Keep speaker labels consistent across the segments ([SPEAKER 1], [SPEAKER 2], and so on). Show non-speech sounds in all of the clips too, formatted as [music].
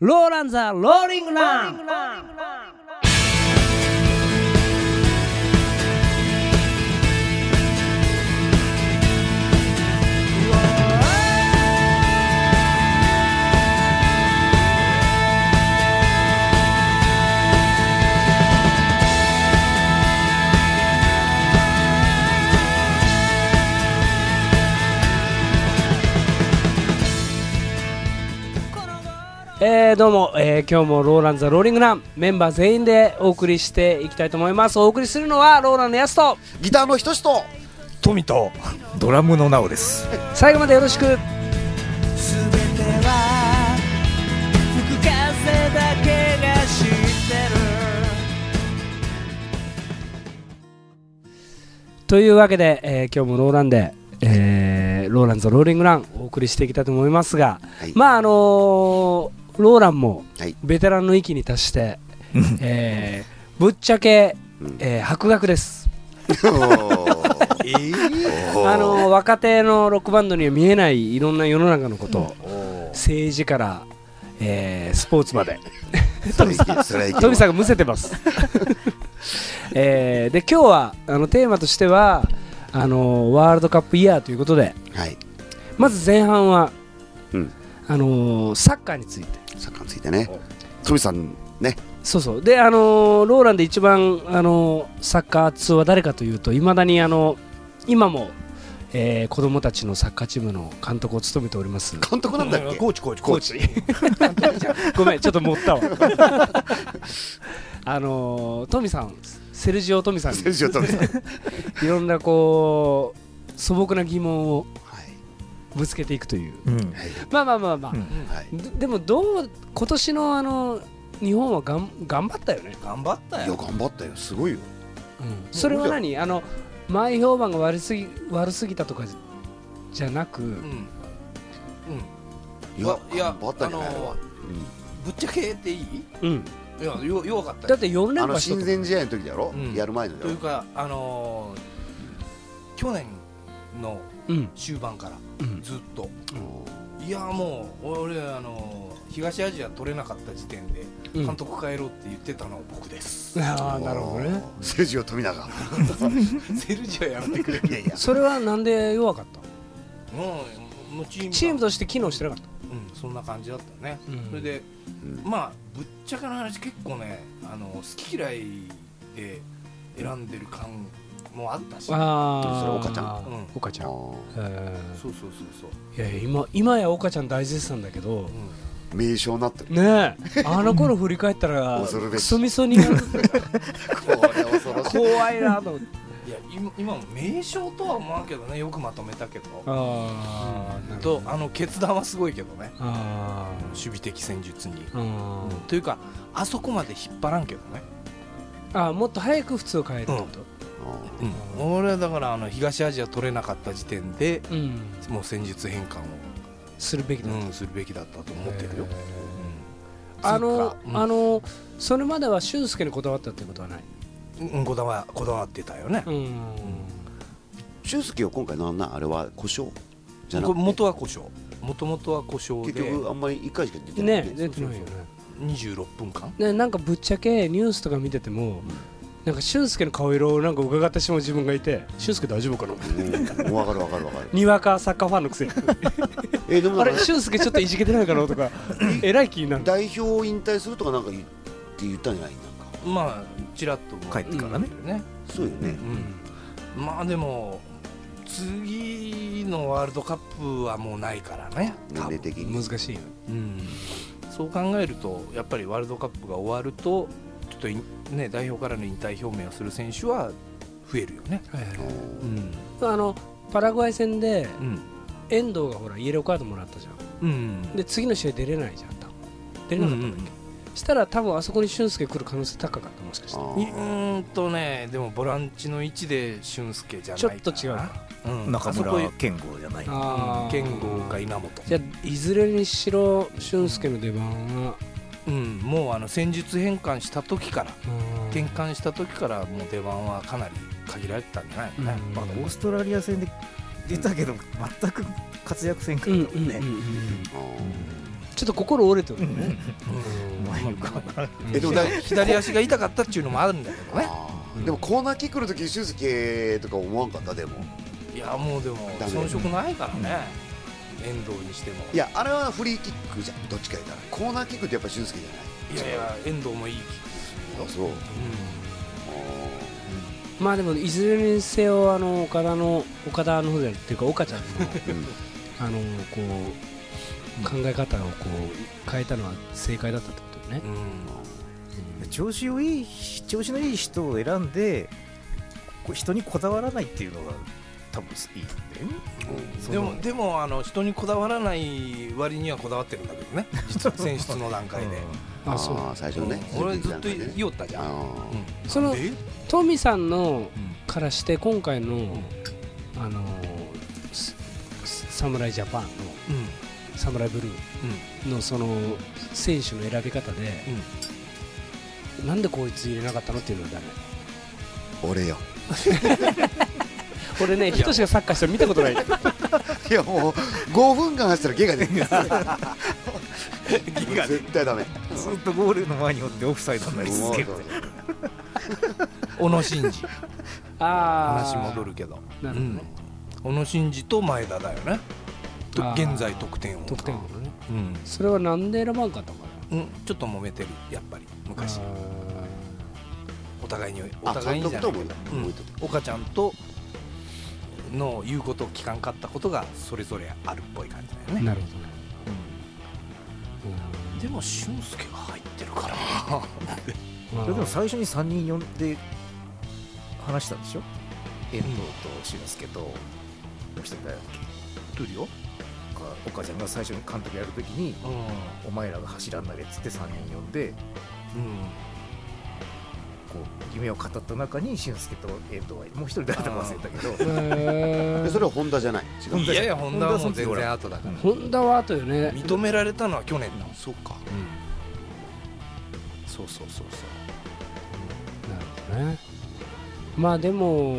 [SPEAKER 1] ローランザ・ローリングランえー、どうも、えー今日もローランザ・ローリングランメンバー全員でお送りしていきたいと思いますお送りするのはローランのやすと
[SPEAKER 2] ギターのひとしと
[SPEAKER 3] 富とドラムのなおです
[SPEAKER 1] 最後までよろしく
[SPEAKER 4] すべては吹く風だけが知ってる
[SPEAKER 1] というわけで、えー今日もローランで、えーローランザ・ローリングランお送りしていきたいと思いますが、
[SPEAKER 2] はい
[SPEAKER 1] まああのーローランも
[SPEAKER 2] はい
[SPEAKER 1] ベテランの域に達し
[SPEAKER 2] [laughs]
[SPEAKER 1] て、えーぶっちゃけ、えー博学です、
[SPEAKER 2] え
[SPEAKER 1] あのー若手のロックバンドには見えないいろんな世の中のこと、政治から、えースポーツまで
[SPEAKER 2] 富さんそれは一応
[SPEAKER 1] 富さんがむせてます、 [laughs] えーで今日はあのテーマとしてはあのーワールドカップイヤーということで
[SPEAKER 2] はい
[SPEAKER 1] まず前半は、
[SPEAKER 2] うん
[SPEAKER 1] あのーサッカーについて
[SPEAKER 2] サッカーについてね富さんね
[SPEAKER 1] そうそうであのーローランで一番、あのーサッカー通は誰かというといまだに、あの今も、えー子供たちのサッカーチームの監督を務めております
[SPEAKER 2] 監督なんだっけ
[SPEAKER 3] コーチコーチ
[SPEAKER 1] コーチごめんちょっと持ったわあのートミさんセルジオトミさんに
[SPEAKER 2] 選手を富さんはい
[SPEAKER 1] いろんなこう素朴な疑問をぶつけていくという
[SPEAKER 3] うん
[SPEAKER 2] はい
[SPEAKER 1] まあまあまあまあ、
[SPEAKER 3] うん
[SPEAKER 2] はい
[SPEAKER 1] ででもどう今年のあの日本はがん頑張ったよね、
[SPEAKER 3] 頑張った
[SPEAKER 2] いや頑張ったよすごいよ
[SPEAKER 1] それは何あの前評判が悪すぎ悪すぎたとかじじゃなく、
[SPEAKER 5] うん
[SPEAKER 2] いや
[SPEAKER 5] いや
[SPEAKER 2] 頑張ったんじゃないあ
[SPEAKER 5] あ
[SPEAKER 2] れ
[SPEAKER 5] の
[SPEAKER 2] は
[SPEAKER 5] ぶっちゃけていい
[SPEAKER 1] うん
[SPEAKER 5] いやよ弱かった
[SPEAKER 1] だ
[SPEAKER 5] よ
[SPEAKER 1] って4
[SPEAKER 2] うん
[SPEAKER 1] 連
[SPEAKER 2] あの
[SPEAKER 1] 覇し
[SPEAKER 2] 親
[SPEAKER 1] たと
[SPEAKER 2] 善試合の時だろ
[SPEAKER 5] うん
[SPEAKER 2] やる前のだ
[SPEAKER 5] という
[SPEAKER 2] ろ
[SPEAKER 5] かあのー去年の
[SPEAKER 1] うん
[SPEAKER 5] 終盤から
[SPEAKER 1] うん
[SPEAKER 5] ずっといやもう俺あのー東アジア取れなかった時点で
[SPEAKER 1] うん
[SPEAKER 5] 監督変えろって言ってたのは
[SPEAKER 1] [laughs]
[SPEAKER 5] 僕です、
[SPEAKER 1] ああなるほどね
[SPEAKER 2] セルジオ富永
[SPEAKER 5] セルジアやめてくれ
[SPEAKER 2] いやいや
[SPEAKER 1] それはなんで弱かったの
[SPEAKER 5] もうもうチームが
[SPEAKER 1] チームとして機能してなかった
[SPEAKER 5] うん、そんな感じだったね、
[SPEAKER 1] うん
[SPEAKER 5] それで、
[SPEAKER 2] うん
[SPEAKER 5] まあぶっちゃけの話結構ねあの好き嫌いで選んでる感もあったし
[SPEAKER 1] あ
[SPEAKER 2] それ岡ちゃん
[SPEAKER 5] うん
[SPEAKER 1] 岡ち
[SPEAKER 2] あ
[SPEAKER 1] ゃん
[SPEAKER 2] ー
[SPEAKER 1] え
[SPEAKER 5] そうそうそうそう
[SPEAKER 1] ーいやいや今今や岡ちゃん大絶賛だけど
[SPEAKER 5] うん
[SPEAKER 2] 名称になってる
[SPEAKER 1] ねえあの頃振り返ったら
[SPEAKER 2] 恐るべし
[SPEAKER 1] クソみそになる
[SPEAKER 2] これ恐ろしい
[SPEAKER 1] 怖いなと思って
[SPEAKER 5] いや今今も名称とは思わんけどねよくまとめたけど
[SPEAKER 1] ああ
[SPEAKER 5] とあの決断はすごいけどね
[SPEAKER 1] あ
[SPEAKER 5] 守備的戦術に、
[SPEAKER 1] ーあー
[SPEAKER 5] というかあそこまで引っ張らんけどね、
[SPEAKER 1] あーもっと早く普通を変えるってこと
[SPEAKER 5] うん、俺はだからあの東アジア取れなかった時点で
[SPEAKER 1] うん
[SPEAKER 5] もう戦術変換を、
[SPEAKER 1] するべきだと
[SPEAKER 5] うん、するべきだったと思ってるよ、うん
[SPEAKER 1] あの
[SPEAKER 5] つうか
[SPEAKER 1] あのそれまでは俊介にこだわったってことはない
[SPEAKER 5] うんうんこだわこだわってたよね、
[SPEAKER 1] うん
[SPEAKER 2] 俊介は今回なんなんあれは故障じゃな
[SPEAKER 5] こ
[SPEAKER 2] く
[SPEAKER 5] れ元は故障元々は故障
[SPEAKER 2] 結
[SPEAKER 5] で
[SPEAKER 2] 局あんまり一回しか出てない
[SPEAKER 1] ね出てないよね
[SPEAKER 5] 26分間
[SPEAKER 1] ねなんかぶっちゃけニュースとか見ててもなんか俊介の顔色をなんか伺ってしまう自分がいて俊介大丈夫かな
[SPEAKER 2] うんわかるわかるわかる
[SPEAKER 1] にわかサッカーファンのくせに
[SPEAKER 2] えでも
[SPEAKER 1] [laughs] あ
[SPEAKER 2] なん
[SPEAKER 1] れ
[SPEAKER 2] か
[SPEAKER 1] 俊介ちょっといじけてないかなとか [laughs] えらい気になる
[SPEAKER 2] 代表を引退するとかなんか言って言ったんじゃないなんか
[SPEAKER 5] まあちらっと
[SPEAKER 3] 帰ってからね
[SPEAKER 5] ね
[SPEAKER 2] そうよね
[SPEAKER 5] うん、まあでも次のワールドカップはもうないからね
[SPEAKER 2] 年
[SPEAKER 5] 多
[SPEAKER 2] 齢
[SPEAKER 5] 分、
[SPEAKER 2] 的に
[SPEAKER 1] 難しいよ
[SPEAKER 5] うん、そう考えるとやっぱりワールドカップが終わるとちょっとい、ね、代表からの引退表明をする選手は増えるよね、
[SPEAKER 2] うん
[SPEAKER 5] うん
[SPEAKER 1] あのパラグアイ戦で
[SPEAKER 5] うん
[SPEAKER 1] 遠藤がほらイエローカードもらったじゃん
[SPEAKER 5] うん、
[SPEAKER 1] で次の試合出れないじゃん多分出れなかったんだっけ、
[SPEAKER 5] うんうん
[SPEAKER 1] したら多分あそこに俊介来る可能性高かったもしかして
[SPEAKER 5] うーんとねでもボランチの位置で俊介じゃない
[SPEAKER 1] ちょ
[SPEAKER 5] か
[SPEAKER 1] っ
[SPEAKER 5] な
[SPEAKER 1] と違うか
[SPEAKER 5] うん、
[SPEAKER 3] 中
[SPEAKER 5] あ
[SPEAKER 3] 村
[SPEAKER 5] そこ
[SPEAKER 3] 健吾じゃない
[SPEAKER 5] うん健吾か
[SPEAKER 1] い
[SPEAKER 5] 稲本
[SPEAKER 1] じゃあいずれにしろ俊介の出番は
[SPEAKER 5] うん、もうあの戦術変換した時から
[SPEAKER 1] うん
[SPEAKER 5] 転換した時からもう出番はかなり限られてたんじゃないのね、
[SPEAKER 1] うん
[SPEAKER 3] まあオーストラリア戦で出たけど全く活躍せんか
[SPEAKER 1] う
[SPEAKER 3] っ
[SPEAKER 1] ん
[SPEAKER 3] た
[SPEAKER 1] うん
[SPEAKER 3] も
[SPEAKER 1] うんう
[SPEAKER 3] んね
[SPEAKER 1] んちょっと心折れてるよね、
[SPEAKER 5] うん
[SPEAKER 2] えでもだ
[SPEAKER 5] 左足が痛かったっていうのもあるんだけどね
[SPEAKER 2] あーでもコーナーキックの時俊介とか思わんかったでも
[SPEAKER 5] いやもうでも
[SPEAKER 2] ダメ
[SPEAKER 5] 遜色ないからね、遠藤にしても
[SPEAKER 2] いやあれはフリーキックじゃんどっちか言ったらコーナーキックってやっぱ俊介じゃない
[SPEAKER 5] いやいや遠藤もいいキック
[SPEAKER 2] あそう
[SPEAKER 1] まあでもいずれにせよあの岡田の岡田の方でっていうか岡ちゃんの
[SPEAKER 2] うん
[SPEAKER 1] あのこう考え方をこう変えたのは正解だったってことよね
[SPEAKER 5] う、ん、うん
[SPEAKER 3] 調子をいい調子のいい人を選んでこ人にこだわらないっていうのが多分いいんだよねそ
[SPEAKER 5] で
[SPEAKER 3] の
[SPEAKER 5] もでもあの人にこだわらない割にはこだわってるんだけどね実は選出の段階で
[SPEAKER 2] あ
[SPEAKER 1] あそう
[SPEAKER 2] ー最初ね
[SPEAKER 5] うん俺ずっと言
[SPEAKER 2] よ
[SPEAKER 5] おったじゃん、うん
[SPEAKER 1] その
[SPEAKER 5] で
[SPEAKER 1] トミさんの
[SPEAKER 5] うん
[SPEAKER 1] からして今回の、あのすす侍ジャパンの
[SPEAKER 5] うん
[SPEAKER 1] 侍ブルーのその選手の選び方で、なんでこいつ入れなかったのっていうのはダメ
[SPEAKER 2] 俺よ
[SPEAKER 1] 俺ね、ひとしがサッカーしてるの見たこと
[SPEAKER 2] [laughs]
[SPEAKER 1] ない
[SPEAKER 2] いやもう5分間走ったらゲが出てくる [laughs] 絶対ダメ
[SPEAKER 3] ずっとゴールの前におってオフサイドになり続ける
[SPEAKER 2] もう
[SPEAKER 5] 小野伸二
[SPEAKER 1] あ
[SPEAKER 5] 話
[SPEAKER 1] ー
[SPEAKER 5] 戻るけど
[SPEAKER 1] なるほどね
[SPEAKER 5] うん、小野伸二と前田だよねと
[SPEAKER 1] あー
[SPEAKER 5] 現在得点王
[SPEAKER 1] 得点王のね
[SPEAKER 5] うん、
[SPEAKER 1] それはなんで選ばんかったのか
[SPEAKER 5] うん、ちょっと揉めてるやっぱり
[SPEAKER 1] な
[SPEAKER 5] 昔お互いにお
[SPEAKER 2] あ
[SPEAKER 5] 互い
[SPEAKER 2] 監
[SPEAKER 5] にじ
[SPEAKER 2] 督
[SPEAKER 5] ゃ
[SPEAKER 2] と
[SPEAKER 5] ない
[SPEAKER 2] 思うよ
[SPEAKER 5] うん
[SPEAKER 2] 覚えてて
[SPEAKER 5] 岡ちゃんとの言うことを聞かんかったことがそれぞれあるっぽい感じだよね
[SPEAKER 1] なるほどねうん
[SPEAKER 5] でも俊介が入ってる [laughs] から
[SPEAKER 1] まあ
[SPEAKER 3] それでも最初に3人呼んで話したんでしょ遠藤と俊介ともう一人誰だっ
[SPEAKER 5] トゥリオ
[SPEAKER 3] けか岡ちゃんが最初に監督やるときに
[SPEAKER 5] うん、うん、
[SPEAKER 3] お前らが走らんなれっつって3人呼んでこう夢を語った中に俊介と遠藤がいるもう一人誰だか忘れたけど
[SPEAKER 1] へ [laughs]
[SPEAKER 2] で
[SPEAKER 1] ー
[SPEAKER 2] それは本田じゃない違う
[SPEAKER 5] いやいや
[SPEAKER 3] ホ
[SPEAKER 5] ホ
[SPEAKER 3] ン
[SPEAKER 5] ン
[SPEAKER 3] ダ
[SPEAKER 5] ダは
[SPEAKER 3] はそ
[SPEAKER 5] も
[SPEAKER 3] の
[SPEAKER 5] う
[SPEAKER 3] 時
[SPEAKER 5] 全
[SPEAKER 3] 俺
[SPEAKER 5] 然後だから
[SPEAKER 1] ホンダは後よね
[SPEAKER 5] 認められたのは去年なのそっ
[SPEAKER 1] う
[SPEAKER 5] か
[SPEAKER 1] ん
[SPEAKER 5] そうそうそうそ
[SPEAKER 1] なるほどねまあでも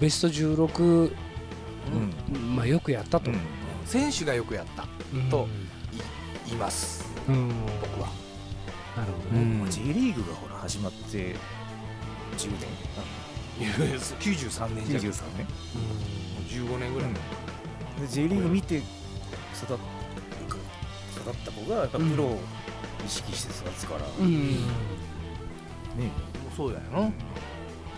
[SPEAKER 1] ベスト16、
[SPEAKER 5] う、うん
[SPEAKER 1] まあ、よくやったと、
[SPEAKER 5] 選手がよくやった
[SPEAKER 1] うん
[SPEAKER 5] と言います
[SPEAKER 1] うん
[SPEAKER 5] 僕は、
[SPEAKER 1] なるほどね、
[SPEAKER 3] もう J リーグがほら始まって10年
[SPEAKER 5] 93年じゃんもう
[SPEAKER 3] 93年
[SPEAKER 5] 15年ぐらい、
[SPEAKER 3] で J リーグ見て育っ育った子がやっぱプロを意識して育つから、
[SPEAKER 1] うんうん
[SPEAKER 3] ね
[SPEAKER 5] そうだよな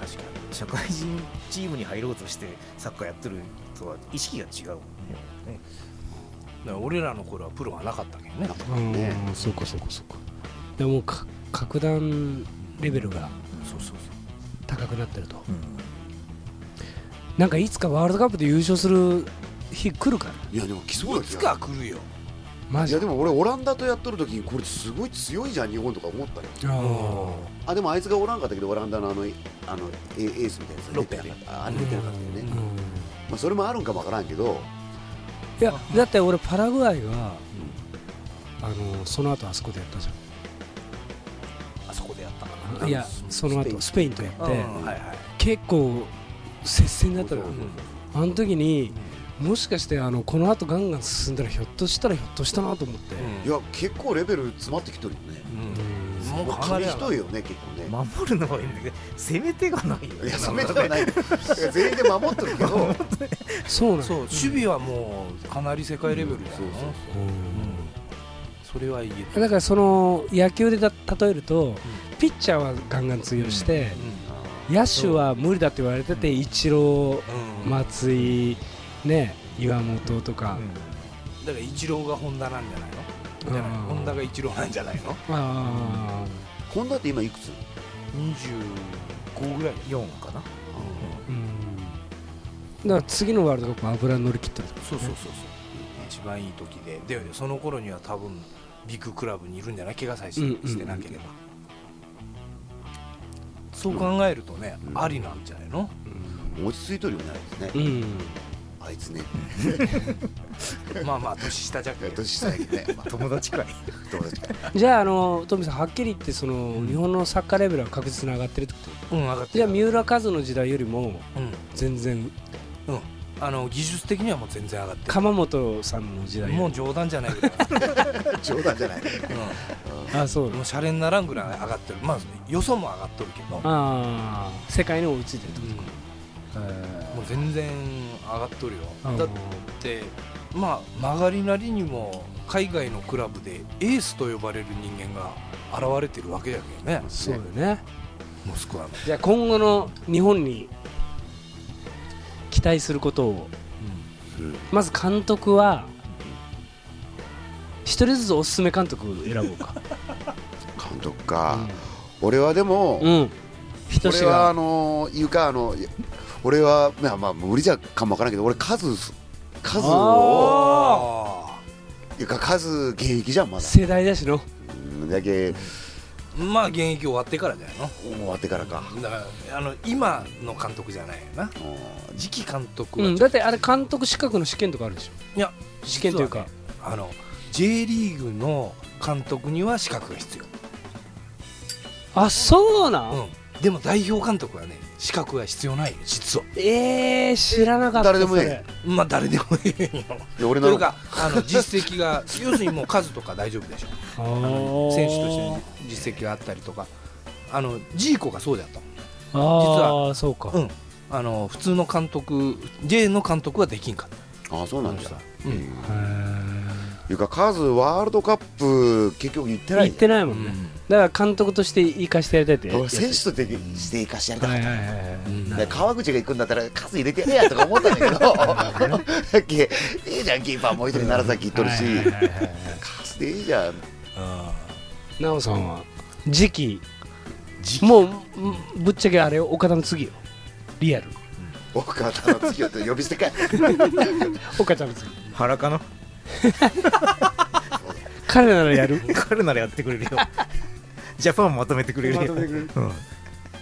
[SPEAKER 5] 確か
[SPEAKER 3] 社会人チームに入ろうとしてサッカーやってるとは意識が違うもんね
[SPEAKER 5] にだから俺らの頃はプロがなかったけどね
[SPEAKER 1] うん
[SPEAKER 2] ね
[SPEAKER 1] そうかそうかそうかでもか格段レベルが
[SPEAKER 5] そうそう
[SPEAKER 1] 高くなってると
[SPEAKER 3] うん
[SPEAKER 1] なんかいつかワールドカップで優勝する日来るから
[SPEAKER 2] いやでも来そ
[SPEAKER 5] そうう
[SPEAKER 2] だ
[SPEAKER 5] い
[SPEAKER 2] け
[SPEAKER 5] つ
[SPEAKER 2] ど
[SPEAKER 5] か来るよ
[SPEAKER 1] マ
[SPEAKER 2] い
[SPEAKER 1] ジ
[SPEAKER 2] やでも俺オランダとやっとる時にこれすごい強いじゃん日本とか思ったよ
[SPEAKER 1] あ
[SPEAKER 2] あでもあいつがおらんかったけどオランダのあのあのエエースみたいなやつ
[SPEAKER 5] ロッペ
[SPEAKER 2] 出てなかったああれ出てなかったよ
[SPEAKER 1] ー
[SPEAKER 2] ね
[SPEAKER 1] うん
[SPEAKER 2] まあそれもあるんかもわからんけど
[SPEAKER 1] いやだって俺パラグアイは、あのその後あそこでやったじ
[SPEAKER 5] あそこでやったか
[SPEAKER 1] ゃんいやその後スペインとやって
[SPEAKER 5] なうんはいはい
[SPEAKER 1] 結構接戦だったのよ
[SPEAKER 5] うん
[SPEAKER 1] あの時にもしかしてあのこの後ガンガン進んだらひょっとしたらひょっとしたなと思って、
[SPEAKER 2] いや結構レベル詰まってきとるよね
[SPEAKER 1] うん
[SPEAKER 5] うんもうかな
[SPEAKER 2] 紙
[SPEAKER 5] り上が
[SPEAKER 2] 一
[SPEAKER 5] る
[SPEAKER 2] 重よね結構ね
[SPEAKER 3] 守るのはいいんだけど攻め手がないよね
[SPEAKER 2] いやそれではないい [laughs] や全員で守ってるけど
[SPEAKER 1] そうなん
[SPEAKER 5] そう守備はもうかなり世界レベルだよ
[SPEAKER 2] うん
[SPEAKER 5] な、
[SPEAKER 2] そうそう
[SPEAKER 1] うん
[SPEAKER 5] それは言え
[SPEAKER 1] だからその野球でた例えると、ピッチャーはガンガン通用して、野手は無理だって言われてて、イチロー、
[SPEAKER 5] まあ、
[SPEAKER 1] 松井、ね、岩本とか、
[SPEAKER 5] だから一郎が本田なんじゃないのじゃない
[SPEAKER 1] うん
[SPEAKER 5] 本田が一郎なんじゃないの
[SPEAKER 1] あ
[SPEAKER 2] 本田って今いくつ
[SPEAKER 5] 25ぐらいだよ
[SPEAKER 3] 4かな
[SPEAKER 1] ーうんだから次のワールドカップは油乗り切ってる
[SPEAKER 5] そうそうそうそう一番いい時ででその頃には多分ビッグクラブにいるんじゃない怪我さえし,、
[SPEAKER 1] うんうんうん
[SPEAKER 5] てなければそう考えるとね、
[SPEAKER 2] うん
[SPEAKER 5] ありなんじゃないの
[SPEAKER 2] 落ち着いとるよねあいつ
[SPEAKER 1] う
[SPEAKER 2] ね
[SPEAKER 1] ん
[SPEAKER 2] あいつね
[SPEAKER 5] まあまあ年下じゃっ
[SPEAKER 2] い
[SPEAKER 1] [laughs]
[SPEAKER 5] け
[SPEAKER 2] や年下やけどねまあ
[SPEAKER 3] 友達 [laughs] かい
[SPEAKER 2] 友達か
[SPEAKER 1] じゃああのトミさんはっきり言ってその、日本のサッカーレベルは確実に上がってるってこと
[SPEAKER 5] うん上がって
[SPEAKER 1] じゃあ
[SPEAKER 5] る
[SPEAKER 1] 三浦和の時代よりも
[SPEAKER 5] うん
[SPEAKER 1] 全然
[SPEAKER 5] うんあの技術的にはもう全然上がって
[SPEAKER 1] 鎌本さんの時代
[SPEAKER 5] るもう冗談じゃないぐらい、
[SPEAKER 2] 冗談じゃない
[SPEAKER 1] あそう
[SPEAKER 5] うん、もうシャレにならんぐらい上がってるまあよそも上がっとるけども
[SPEAKER 1] ああ世界に追いついてるってことか、
[SPEAKER 5] う全然上がっとるよ
[SPEAKER 1] うん
[SPEAKER 5] だってまあ曲がりなりにも海外のクラブでエースと呼ばれる人間が現れてるわけだけどね
[SPEAKER 1] そうよね
[SPEAKER 5] モスクワの
[SPEAKER 1] じゃあ今後の日本に期待することを
[SPEAKER 2] うん
[SPEAKER 1] まず監督は一人ずつおすすめ監督選ぼうか、
[SPEAKER 2] 監督か、俺はでも、
[SPEAKER 1] うん、うん、人
[SPEAKER 2] 俺
[SPEAKER 1] 志
[SPEAKER 2] はあ
[SPEAKER 1] が
[SPEAKER 2] のいうかあのいや俺はまあまあ無理じゃかもわからんけど俺数数
[SPEAKER 1] あ
[SPEAKER 2] を
[SPEAKER 5] あ
[SPEAKER 2] いうか数現役じゃんまだ
[SPEAKER 1] 世代だしの
[SPEAKER 2] うんだけ
[SPEAKER 5] ーまあ現役終わってからじゃないの
[SPEAKER 2] 終わってからか、
[SPEAKER 5] だからあの今の監督じゃないよな
[SPEAKER 2] うん
[SPEAKER 5] 次期監督は、
[SPEAKER 1] うん、だってあれ監督資格の試験とかあるでし
[SPEAKER 5] いや
[SPEAKER 1] ょ試験というか、
[SPEAKER 5] 実はねあの J リーグの監督には資格が必
[SPEAKER 1] あそうなん、
[SPEAKER 5] 要、うん、でも代表監督はね資格が必要ないよ実は
[SPEAKER 1] えー、知らなかった
[SPEAKER 2] 誰でもいい
[SPEAKER 1] それ
[SPEAKER 5] まあ誰でもいいよ
[SPEAKER 2] で俺
[SPEAKER 5] と
[SPEAKER 2] ないの
[SPEAKER 5] うかあの実績が要するにもう数とか大丈夫でしょ
[SPEAKER 1] あ
[SPEAKER 5] あの
[SPEAKER 1] ー
[SPEAKER 5] 選手としての実績があったりとかあのジーコがそうだったもん
[SPEAKER 1] あ
[SPEAKER 5] 実
[SPEAKER 1] あそうか、
[SPEAKER 5] うんあの普通の監督 J の監督はできんかった
[SPEAKER 2] あそうなんだ
[SPEAKER 5] あの人は
[SPEAKER 2] うん
[SPEAKER 5] うん
[SPEAKER 2] いうか数ワールドカップ結局行ってな
[SPEAKER 1] 言
[SPEAKER 2] い
[SPEAKER 1] っ
[SPEAKER 2] じ
[SPEAKER 1] てないも
[SPEAKER 5] うん
[SPEAKER 1] ね、
[SPEAKER 5] ん
[SPEAKER 1] だから監督として生かしてやりたいって
[SPEAKER 2] ゃん俺選手とでして生かしてやりたか
[SPEAKER 1] は
[SPEAKER 2] っ
[SPEAKER 1] い
[SPEAKER 2] た
[SPEAKER 1] はいはいはい
[SPEAKER 5] うん
[SPEAKER 2] で川口が行くんだったら数入れてやれやとか思ったんだけど [laughs] だっけいいじゃんキーパーもう一人楢崎行っとるし
[SPEAKER 1] はいはいはいはい
[SPEAKER 2] 数でいいじゃん
[SPEAKER 1] 奈緒さんは次期
[SPEAKER 5] 次期
[SPEAKER 1] もううんぶっちゃけあれよ岡田の次よリアル
[SPEAKER 2] 岡田の月を呼び捨てかい
[SPEAKER 1] 岡ちゃんの次
[SPEAKER 3] 腹かな
[SPEAKER 1] 彼ならやる
[SPEAKER 3] 彼ならやってくれる [laughs] よジャパンをまとめてくれるよ
[SPEAKER 2] まとめてくれる
[SPEAKER 3] うん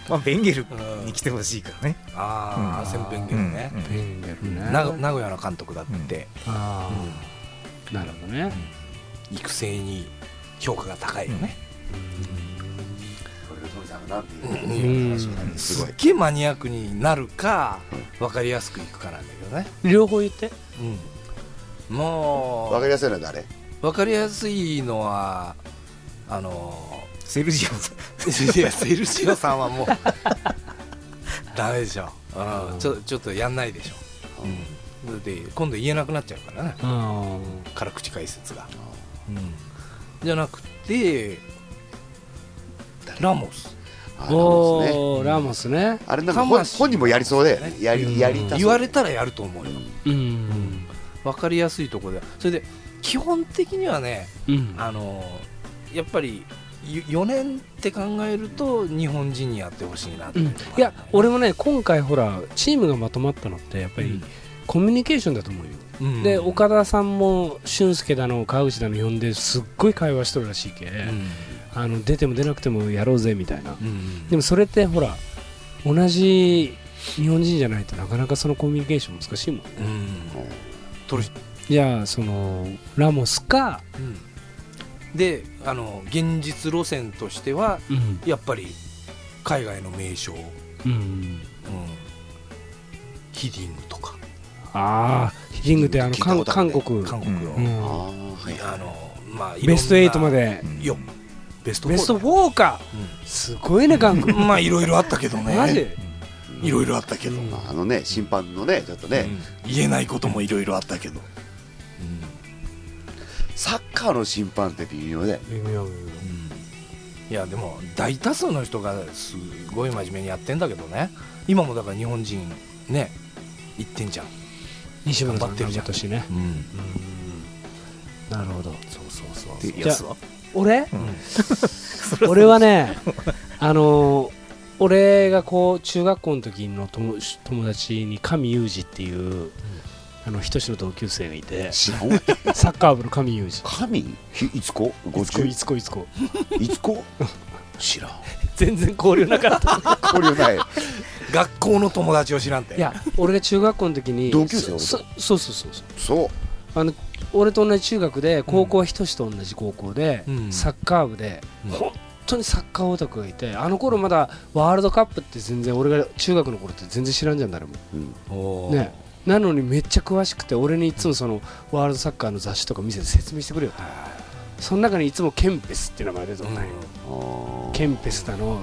[SPEAKER 3] まあ、ベンゲルに来てほしいからね、
[SPEAKER 5] あ
[SPEAKER 1] う
[SPEAKER 5] あ、
[SPEAKER 1] ん
[SPEAKER 5] センペンゲルね、
[SPEAKER 3] うん
[SPEAKER 1] やるね
[SPEAKER 5] な名古屋の監督だって、
[SPEAKER 1] あーなるほどね
[SPEAKER 5] 育成に評価が高いよね、
[SPEAKER 1] う
[SPEAKER 5] うん
[SPEAKER 1] ん
[SPEAKER 2] す
[SPEAKER 5] す
[SPEAKER 2] ごい
[SPEAKER 5] っげえマニアックになるか分かりやすくいくかなんだけどね、
[SPEAKER 1] 両方言って
[SPEAKER 5] うん、も
[SPEAKER 2] わかりやすいのは誰
[SPEAKER 5] う分かりやすいのはあの
[SPEAKER 3] セルジオさん
[SPEAKER 5] ーいやセルシオさんはもうダメでしょ、うんちょちょっとやんないでしょ、うん、だって今度言えなくなっちゃうからね
[SPEAKER 1] あ
[SPEAKER 5] 辛口解説が、じゃなくてラモス
[SPEAKER 2] あ
[SPEAKER 1] ー
[SPEAKER 2] ラモスね
[SPEAKER 1] おーラモスね
[SPEAKER 2] あれなんか
[SPEAKER 5] 魂
[SPEAKER 2] 本本人もやりそうでや
[SPEAKER 1] うん
[SPEAKER 2] りやりたそう
[SPEAKER 5] 言われたらやると思うよ
[SPEAKER 1] うん
[SPEAKER 5] 分かりやすいところでそれで基本的にはね
[SPEAKER 1] うん
[SPEAKER 5] あのやっぱり4年って考えると日本人にやってほしいなって
[SPEAKER 1] う
[SPEAKER 5] い
[SPEAKER 1] ん
[SPEAKER 5] う
[SPEAKER 1] い
[SPEAKER 5] のがあるね
[SPEAKER 1] や俺もね今回ほらチームがまとまったのってやっぱ
[SPEAKER 5] う
[SPEAKER 1] り
[SPEAKER 5] ん
[SPEAKER 1] コミュニケーションだと思うよ
[SPEAKER 5] うん
[SPEAKER 1] で岡田さんも俊介だの川口だの呼んですっごい会話しとるらしいけ、
[SPEAKER 5] うん
[SPEAKER 1] あの出ても出なくてもやろうぜみたいな、
[SPEAKER 5] うん
[SPEAKER 1] でもそれってほら同じ日本人じゃないとなかなかそのコミュニケーション難しいもんね
[SPEAKER 5] うん
[SPEAKER 1] じゃあそのラモスか、
[SPEAKER 5] うんであの現実路線としては
[SPEAKER 1] うん
[SPEAKER 5] やっぱり海外の名将、うん、
[SPEAKER 1] うん、
[SPEAKER 5] ヒディングとか
[SPEAKER 1] ああヒリングってあの
[SPEAKER 2] 聞いた
[SPEAKER 1] 韓
[SPEAKER 2] ことあ
[SPEAKER 1] 韓
[SPEAKER 2] る
[SPEAKER 1] 国、
[SPEAKER 2] ね
[SPEAKER 5] 韓国の、
[SPEAKER 1] うん
[SPEAKER 2] ああはい
[SPEAKER 5] あのまあいろんな
[SPEAKER 1] ベスト8まで
[SPEAKER 5] よベスト4
[SPEAKER 1] ベスト4かすごいね韓国
[SPEAKER 5] うんまあいろいろあったけどね
[SPEAKER 1] マジ、
[SPEAKER 5] いろいろあったけど、
[SPEAKER 1] うん
[SPEAKER 2] あのね審判のねちょっとね
[SPEAKER 5] うん言えないこともいろいろあったけど、
[SPEAKER 2] サッカーの審判って微妙だよね
[SPEAKER 1] 微妙
[SPEAKER 5] いやでも大多数の人がすごい真面目にやってんだけどね今もだから日本人ね行ってんじゃん、
[SPEAKER 1] 西村さん
[SPEAKER 5] 頑張ってるじゃん
[SPEAKER 1] 頑張ってほしいねなるほど
[SPEAKER 5] そうそうそう
[SPEAKER 3] って
[SPEAKER 1] じゃ
[SPEAKER 3] や
[SPEAKER 1] あ
[SPEAKER 3] つは
[SPEAKER 1] 俺、
[SPEAKER 3] そ
[SPEAKER 1] [laughs]
[SPEAKER 3] れ
[SPEAKER 1] 俺はねあのー俺がこう中学校の時の友友達に上裕二っていう、あの仁の同級生がいて
[SPEAKER 2] 知らんわ
[SPEAKER 1] サッカー部の上裕二
[SPEAKER 2] 神ひいつこ
[SPEAKER 1] いつこい
[SPEAKER 2] 50
[SPEAKER 1] つこいつこ
[SPEAKER 2] いつこ [laughs] 知らん
[SPEAKER 1] 全然交流なか
[SPEAKER 5] [laughs]
[SPEAKER 1] った
[SPEAKER 2] これない
[SPEAKER 5] 学校の友達を知らんて
[SPEAKER 1] いや俺が中学校の時に
[SPEAKER 2] 同級
[SPEAKER 1] そそ
[SPEAKER 2] 生
[SPEAKER 1] そうそうそうそう
[SPEAKER 2] そう
[SPEAKER 1] あの俺と同じ中学で高校は仁と同じ高校で、
[SPEAKER 5] うん
[SPEAKER 1] サッカー部で、
[SPEAKER 5] うん
[SPEAKER 1] 本当にサッカーオタクがいてあの頃まだワールドカップって全然俺が中学の頃って全然知らんじゃん誰も
[SPEAKER 2] うん
[SPEAKER 5] おー
[SPEAKER 1] ねなのにめっちゃ詳しくて俺にいつもそのワールドサッカーの雑誌とか見せて説明してくれよってその中にいつもケンペスっていう名前が出てこない、ケンペスだの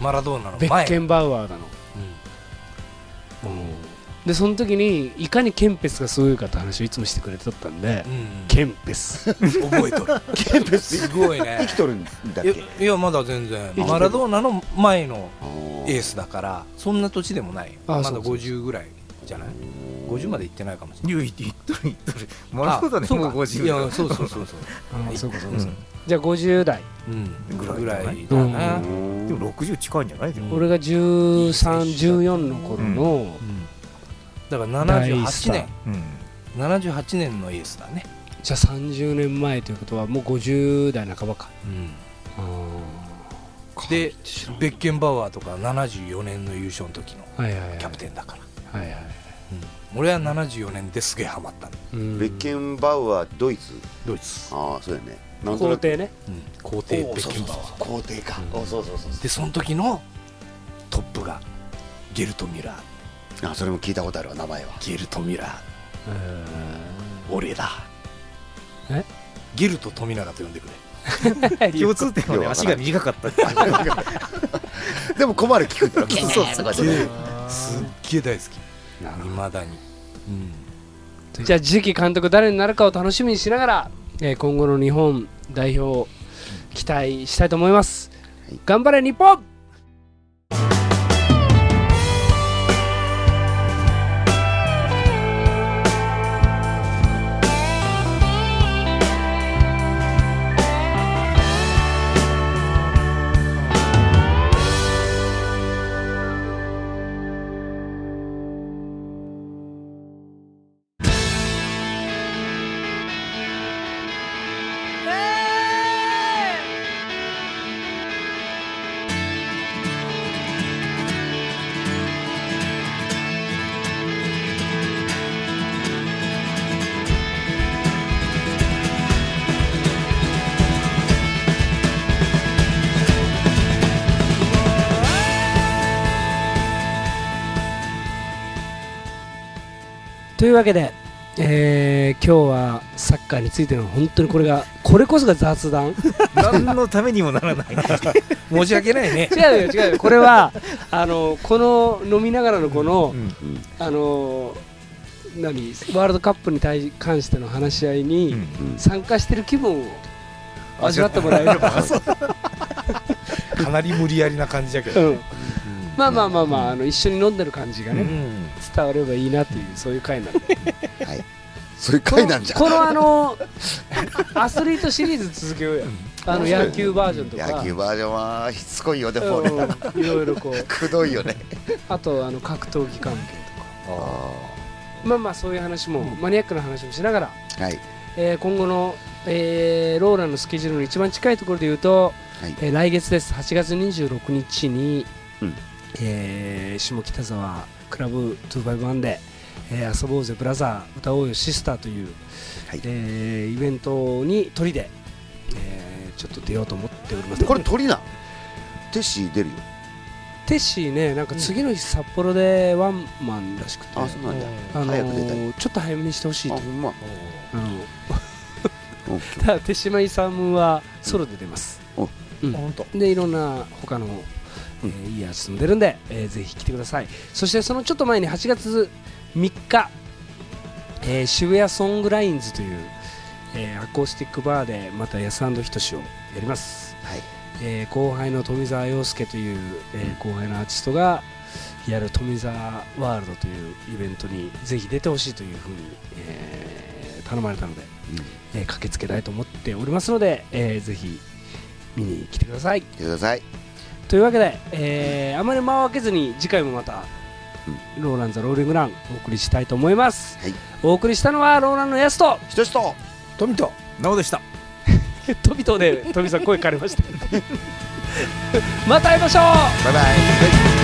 [SPEAKER 5] マラドーナの
[SPEAKER 1] ベッ
[SPEAKER 5] 前
[SPEAKER 1] ケンバウアーだの、うんでその時にいかにケンペスがすごいかって話をいつもしてくれてったんで、
[SPEAKER 5] うん
[SPEAKER 1] ケンペ
[SPEAKER 5] [laughs]
[SPEAKER 1] ス
[SPEAKER 5] 覚えとる
[SPEAKER 2] ケンペス
[SPEAKER 5] すごい
[SPEAKER 2] [laughs] 生
[SPEAKER 5] ね
[SPEAKER 2] きとるんだっけ
[SPEAKER 5] いいやまだ全然
[SPEAKER 2] 生きてる
[SPEAKER 5] マラドーナの前の
[SPEAKER 2] お
[SPEAKER 5] エ
[SPEAKER 2] ー
[SPEAKER 5] ースだからそんな年でもないよ
[SPEAKER 1] あ
[SPEAKER 5] まだ
[SPEAKER 1] そうそうそう
[SPEAKER 5] 50ぐらいじゃない50まで行ってないかもしれない
[SPEAKER 3] 言っとる言っとるもらうことね
[SPEAKER 5] そう
[SPEAKER 3] も
[SPEAKER 5] か
[SPEAKER 3] う50
[SPEAKER 5] いやそうそうそうそう
[SPEAKER 1] あそうかそう
[SPEAKER 5] う
[SPEAKER 1] かそうか
[SPEAKER 5] ん
[SPEAKER 1] じゃあ50代、
[SPEAKER 5] うん
[SPEAKER 3] ぐらい
[SPEAKER 5] [laughs] ぐらい
[SPEAKER 1] だ
[SPEAKER 5] だ
[SPEAKER 1] ね
[SPEAKER 5] ね
[SPEAKER 3] でも60近いんじゃないでも
[SPEAKER 1] 俺が1314の頃の、
[SPEAKER 5] だか
[SPEAKER 1] 大
[SPEAKER 5] ら
[SPEAKER 1] スター
[SPEAKER 5] 78年
[SPEAKER 3] うん
[SPEAKER 5] 78年のエースだね
[SPEAKER 1] じゃあ30年前ということはもう50代半ばか
[SPEAKER 5] でベッケンバウアーとか74年の優勝の時の
[SPEAKER 1] はいはいはい
[SPEAKER 5] キャプテンだから
[SPEAKER 1] はいはい
[SPEAKER 5] うん俺は74年ですげえハマったの
[SPEAKER 1] うん
[SPEAKER 2] ベッケンバウアードイツ
[SPEAKER 5] ドイツ
[SPEAKER 2] ああそうだよねなんと
[SPEAKER 1] 皇
[SPEAKER 2] なく
[SPEAKER 1] 帝ね
[SPEAKER 5] うん皇帝ベ
[SPEAKER 2] おーそう
[SPEAKER 5] ッケ
[SPEAKER 2] そ
[SPEAKER 5] ン
[SPEAKER 2] う
[SPEAKER 5] バウア
[SPEAKER 2] そう皇帝か
[SPEAKER 1] うん
[SPEAKER 2] おそうそうそう
[SPEAKER 5] ーでその時のトップがゲルト・ミラー
[SPEAKER 2] そうあそれも聞いたことあるわ名前 [laughs] は
[SPEAKER 5] ゲルト・ミラー
[SPEAKER 1] う
[SPEAKER 5] 俺だ
[SPEAKER 1] え
[SPEAKER 5] ゲルと富永と呼んでくれ
[SPEAKER 3] 共通点はね
[SPEAKER 2] よくわからん
[SPEAKER 3] 足が短かった
[SPEAKER 2] でも困る聞くんだろそうそうそう
[SPEAKER 5] すっげえ大好き
[SPEAKER 1] なるほ
[SPEAKER 5] いまだに、うん、
[SPEAKER 1] んじゃあ次期監督誰になるかを楽しみにしながら、えー今後の日本代表を期待したいと思います、
[SPEAKER 2] はい
[SPEAKER 1] 頑張れ日本というわけで、えー今日はサッカーについての本当にこれがこれこそが雑談
[SPEAKER 3] 何のためにもな [laughs] らない
[SPEAKER 5] 申し訳ないね
[SPEAKER 1] 違う [laughs] よ違うよこれはあのこの飲みながらのこの、
[SPEAKER 3] うん
[SPEAKER 1] あの何ワールドカップに対関しての話し合いに、
[SPEAKER 3] うん
[SPEAKER 1] 参加してる気分を味わってもらえれば、
[SPEAKER 5] かなり無理やりな感じだけ
[SPEAKER 1] う
[SPEAKER 5] ど、
[SPEAKER 1] [laughs] ん、まあまあまあまああの一緒に飲んでる感じがね、
[SPEAKER 5] うん
[SPEAKER 1] 伝わればいいなっていうそういう回なんで
[SPEAKER 2] そういう回なんじゃ
[SPEAKER 1] このあのアスリートシリーズ続けようよあの
[SPEAKER 2] 面白い
[SPEAKER 1] 野球バージョンとか
[SPEAKER 2] 野球バージョンはしつこいよでもね
[SPEAKER 1] うんいろいろこう
[SPEAKER 2] くどいよね
[SPEAKER 1] あとあの格闘技関係とか
[SPEAKER 2] は
[SPEAKER 1] まあまあそういう話も、マニアックな話もしながら、
[SPEAKER 2] い
[SPEAKER 1] えー今後の、えーローランのスケジュールの一番近いところで言うと
[SPEAKER 2] はい
[SPEAKER 1] えー来月です8月26日に、
[SPEAKER 2] うん
[SPEAKER 1] えー下北沢クラブ251で、えー遊ぼうぜブラザー歌おうよシスターという、
[SPEAKER 2] はい
[SPEAKER 1] えーイベントに鳥で、えーちょっと出ようと思っております
[SPEAKER 2] これ鳥なテッシー出るよ
[SPEAKER 1] テッシーねなんか次の日札幌でワンマンらしくて、
[SPEAKER 2] あそうなんだ
[SPEAKER 1] あのー
[SPEAKER 2] 早く出たい
[SPEAKER 1] ちょっと早めにしてほしい
[SPEAKER 2] あ
[SPEAKER 1] と
[SPEAKER 2] ほんま
[SPEAKER 1] うん
[SPEAKER 2] お
[SPEAKER 1] ただ手島勇はソロで出ます
[SPEAKER 2] お、
[SPEAKER 1] うん
[SPEAKER 5] ほんと
[SPEAKER 1] でいろんな他の、えーいいアーティストも出るんで、えーぜひ来てくださいそしてそのちょっと前に8月3日、えー渋谷ソングラインズという、えーアコースティックバーでまた安ヒトシをやります、
[SPEAKER 2] はい
[SPEAKER 1] えー後輩の富澤洋介という、えー後輩のアーティストがやる富澤ワールドというイベントにぜひ出てほしいというふうに、えー頼まれたので、えー駆けつけたいと思っておりますので、えーぜひ見に来てください
[SPEAKER 2] 来てください
[SPEAKER 1] というわけで、えーあまり間を空けずに次回もまた「ローラン・ザ・ローリング・ラン」お送りしたいと思います、
[SPEAKER 2] はい
[SPEAKER 1] お送りしたのはローランのやす
[SPEAKER 2] [laughs]
[SPEAKER 1] と
[SPEAKER 2] ひとしと
[SPEAKER 5] 富と
[SPEAKER 3] なおでした
[SPEAKER 1] 飛 [laughs] びとで飛びさん声かれましたまた会いましょう
[SPEAKER 2] バイバイ